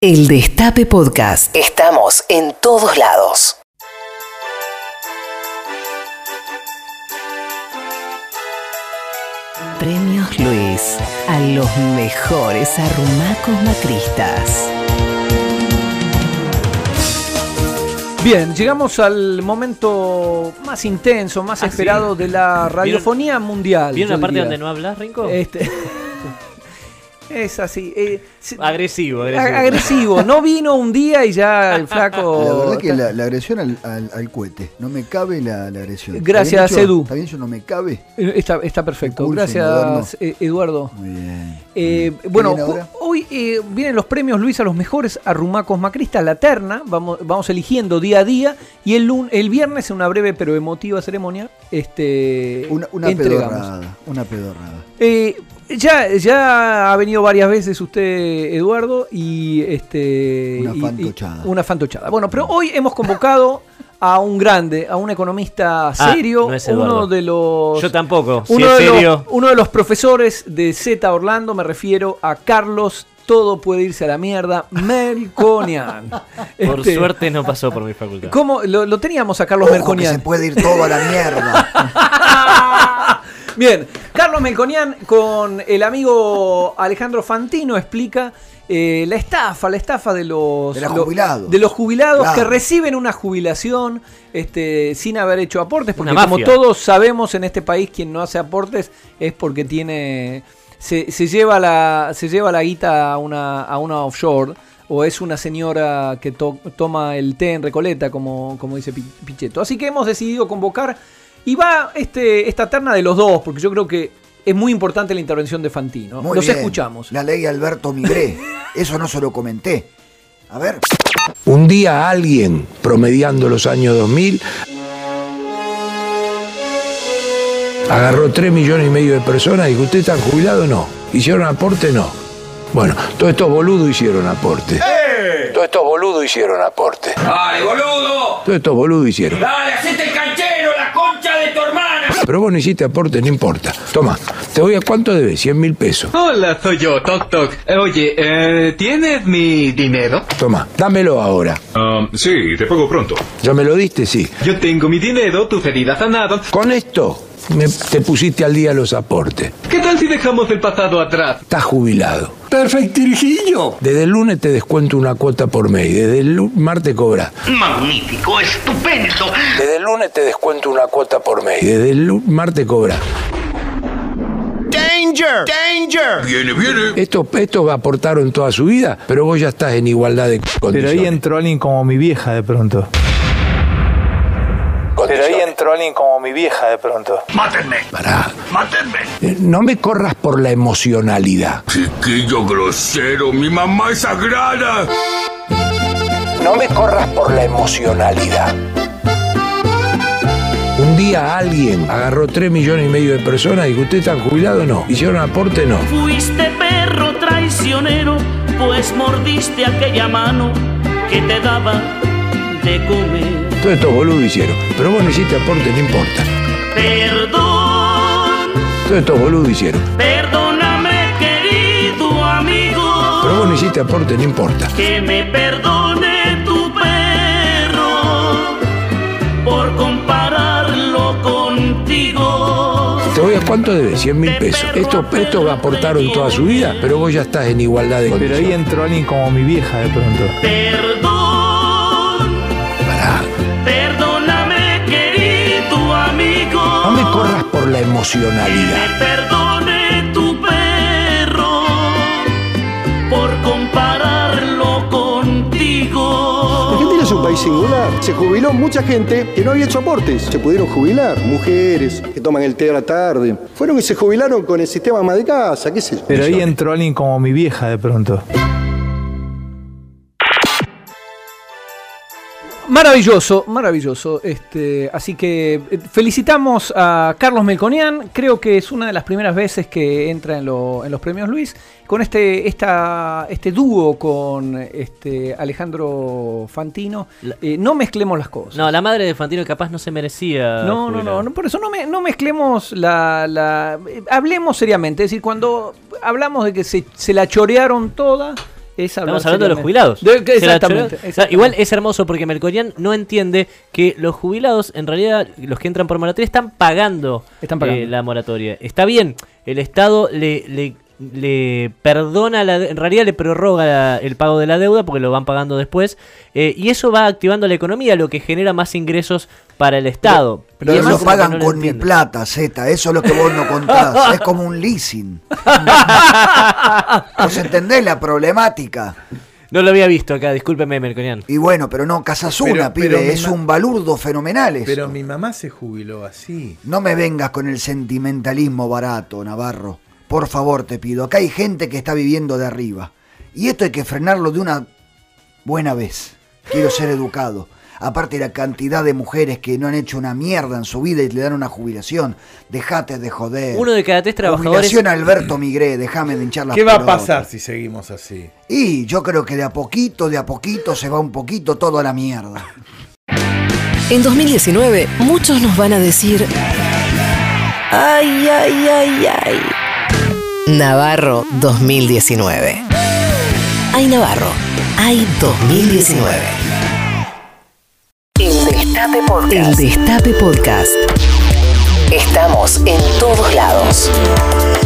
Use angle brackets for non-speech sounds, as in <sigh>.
El Destape Podcast. Estamos en todos lados. Premios Luis a los mejores arrumacos macristas. Bien, llegamos al momento más intenso, más Ah, sí. esperado de la radiofonía mundial. ¿Viene yo una parte diría. donde no Ah, hablas, Rinco? Este- <laughs> es así. eh, se- agresivo, ag- agresivo. agresivo. No vino un día y ya el <laughs> La flaco. verdad que la, la agresión al, al- al cohete. No me cabe la, la agresión. ¿Está Gracias, bien hecho? Edu. ¿Está bien eso? ¿No me cabe? Eh, está, está perfecto. Curso, Gracias, eh, Eduardo. Muy bien. Eh, Muy bien. bueno, ¿Viene ahora? ju- hoy eh, vienen los premios Luis a los mejores arrumacos macristas, la terna, vamos, vamos eligiendo día a día y el, lun- el viernes en una breve pero emotiva ceremonia este, Una, una entregamos. pedorrada. Una pedorrada. Eh, ya, ya ha venido varias veces usted, Eduardo, y este. Una y- y- fantochada. una fantochada. Bueno, pero hoy hemos convocado a un grande, a un economista serio, Ah, no es uno Eduardo. de los Yo tampoco. Si uno, es de los- serio. uno de los profesores de Z Orlando, me refiero a Carlos, todo puede irse a la <laughs> mierda, Melconian. Por Este, suerte no pasó por mi facultad. ¿Cómo? Lo, lo teníamos a Carlos Ojo que se Melconian. puede ir todo a la mierda. <laughs> Bien, Carlos Melconian con el amigo Alejandro Fantino explica eh, la estafa, la estafa de los, De los lo- jubilados. de los jubilados Claro. que reciben una jubilación este, sin haber hecho aportes, porque Una como mafia. todos sabemos en este país quien no hace aportes es porque tiene se, se lleva la se lleva la guita a una a una offshore o es una señora que to- toma el té en Recoleta como como dice Pi- Pichetto. Así que hemos decidido convocar y va este esta terna de los dos porque yo creo que es muy importante la intervención de Fantino. Muy Los bien. escuchamos. La ley Alberto Migré. Eso no se lo comenté. A ver. Un día alguien, promediando los años 2000, agarró 3 millones y medio de personas y dijo, ¿usted está jubilado? No. ¿Hicieron aporte? No. Bueno, todos estos boludos hicieron aporte. Todos estos boludos hicieron aporte. ¡Dale, boludo! Todos estos boludos hicieron. ¡Dale, hacete el canchero, la concha de tu hermana! Pero vos no hiciste aporte, no importa. Toma, te voy a cuánto debes, 100 mil pesos. Hola, soy yo, Toc Toc. Eh, Oye, eh, ¿tienes mi dinero? Toma, dámelo ahora. Ah, sí, te pago pronto. ¿Ya me lo diste? Sí. Yo tengo mi dinero, tus heridas sanadas. Con esto me- te pusiste al día los aportes. ¿Qué tal si dejamos el pasado atrás? Estás jubilado. Perfectirijillo. Desde el lunes te descuento una cuota por mes. y Desde el lu- martes cobras. Magnífico, estupendo. Desde el lunes te descuento una cuota por mes. y Desde el lu- martes cobras. Viene, viene. Estos, estos aportaron toda su vida, pero vos ya estás en igualdad de Pero condiciones. ahí entró alguien como mi vieja de pronto. Pero ahí entró alguien como mi vieja de pronto. Mátenme, Pará. mátenme. Eh, No me corras por la emocionalidad. Chiquillo grosero, mi mamá es sagrada. No me corras por la emocionalidad. Un día alguien agarró 3 millones y medio de personas y dijo, ¿usted está jubilado? No. ¿Hicieron aporte? No. Fuiste perro traicionero, pues mordiste aquella mano que te daba de comer. Todos estos boludos hicieron. Pero vos no hiciste aporte, no importa. Perdón, Todos estos boludos hicieron. perdóname querido Pero vos amigo, no hiciste aporte, no importa. que me perdone tu perro por compararlo contigo. Te voy a cuánto debes, 100 mil pesos. Estos, estos aportaron toda su vida, pero vos ya estás en igualdad de Pero ahí condiciones. entró alguien como mi vieja de pronto. Perdón. Pará. Perdóname, querido amigo. No me corras por la Que emocionalidad. me perdone tu perro por compararlo contigo. Argentina es un país singular. Se jubiló mucha gente que no había hecho aportes. Se pudieron jubilar. Mujeres que toman el té a la tarde. Fueron y se jubilaron con el sistema más de casa, qué sé yo. Pero ahí entró alguien como mi vieja de pronto. Maravilloso, maravilloso. Este, así que eh, felicitamos a Carlos Melconian. Creo que es una de las primeras veces que entra en, lo- en los premios Luis. Con este, esta, este dúo con este, Alejandro Fantino. La- Eh, no mezclemos las cosas. No, la madre de Fantino capaz no se merecía. No, no, jubilar. no, no, por eso no, me- no mezclemos la, la- eh, Hablemos seriamente, es decir, cuando hablamos de que se, se la chorearon toda, es hablar Estamos hablando de los seriamente. jubilados. De- que- Se la exactamente, choró. O sea, exactamente. Igual es hermoso porque Melcorian no entiende que los jubilados, en realidad, los que entran por moratoria, están pagando, Están pagando. eh, la moratoria. Está bien, el Estado le, le, le perdona, la, de- en realidad le prorroga la- el pago de la deuda porque lo van pagando después. eh, y eso va activando la economía, lo que genera más ingresos para el Estado. Pero Y ellos además lo como que pagan no lo con mi entiende. plata, Z. Eso es lo que vos no contás. Es como un leasing. <laughs> ¿Vos entendés la problemática? <laughs> No lo había visto acá, discúlpeme, Melcorian. Y bueno, pero no, Casasuna, Pero- pibe, pero mi es ma- un balurdo fenomenal eso. Pero mi mamá se jubiló así. No me vengas con el sentimentalismo barato, Navarro. Por favor, te pido. Acá hay gente que está viviendo de arriba. Y esto hay que frenarlo de una buena vez. Quiero ser educado. Aparte la cantidad de mujeres que no han hecho una mierda en su vida y le dan una jubilación. Dejate de joder. Uno de cada tres trabajadores. Jubilación Alberto Migré, déjame de hinchar las ¿Qué va a pelotas. pasar si seguimos así? Y yo creo que de a poquito, de a poquito se va un poquito todo a la mierda. En 2019, muchos nos van a decir. Ay, ay, ay, ay. Navarro 2019. Ay, Navarro. Ay, 2019. El Destape Podcast. El Destape Podcast. Estamos en todos lados.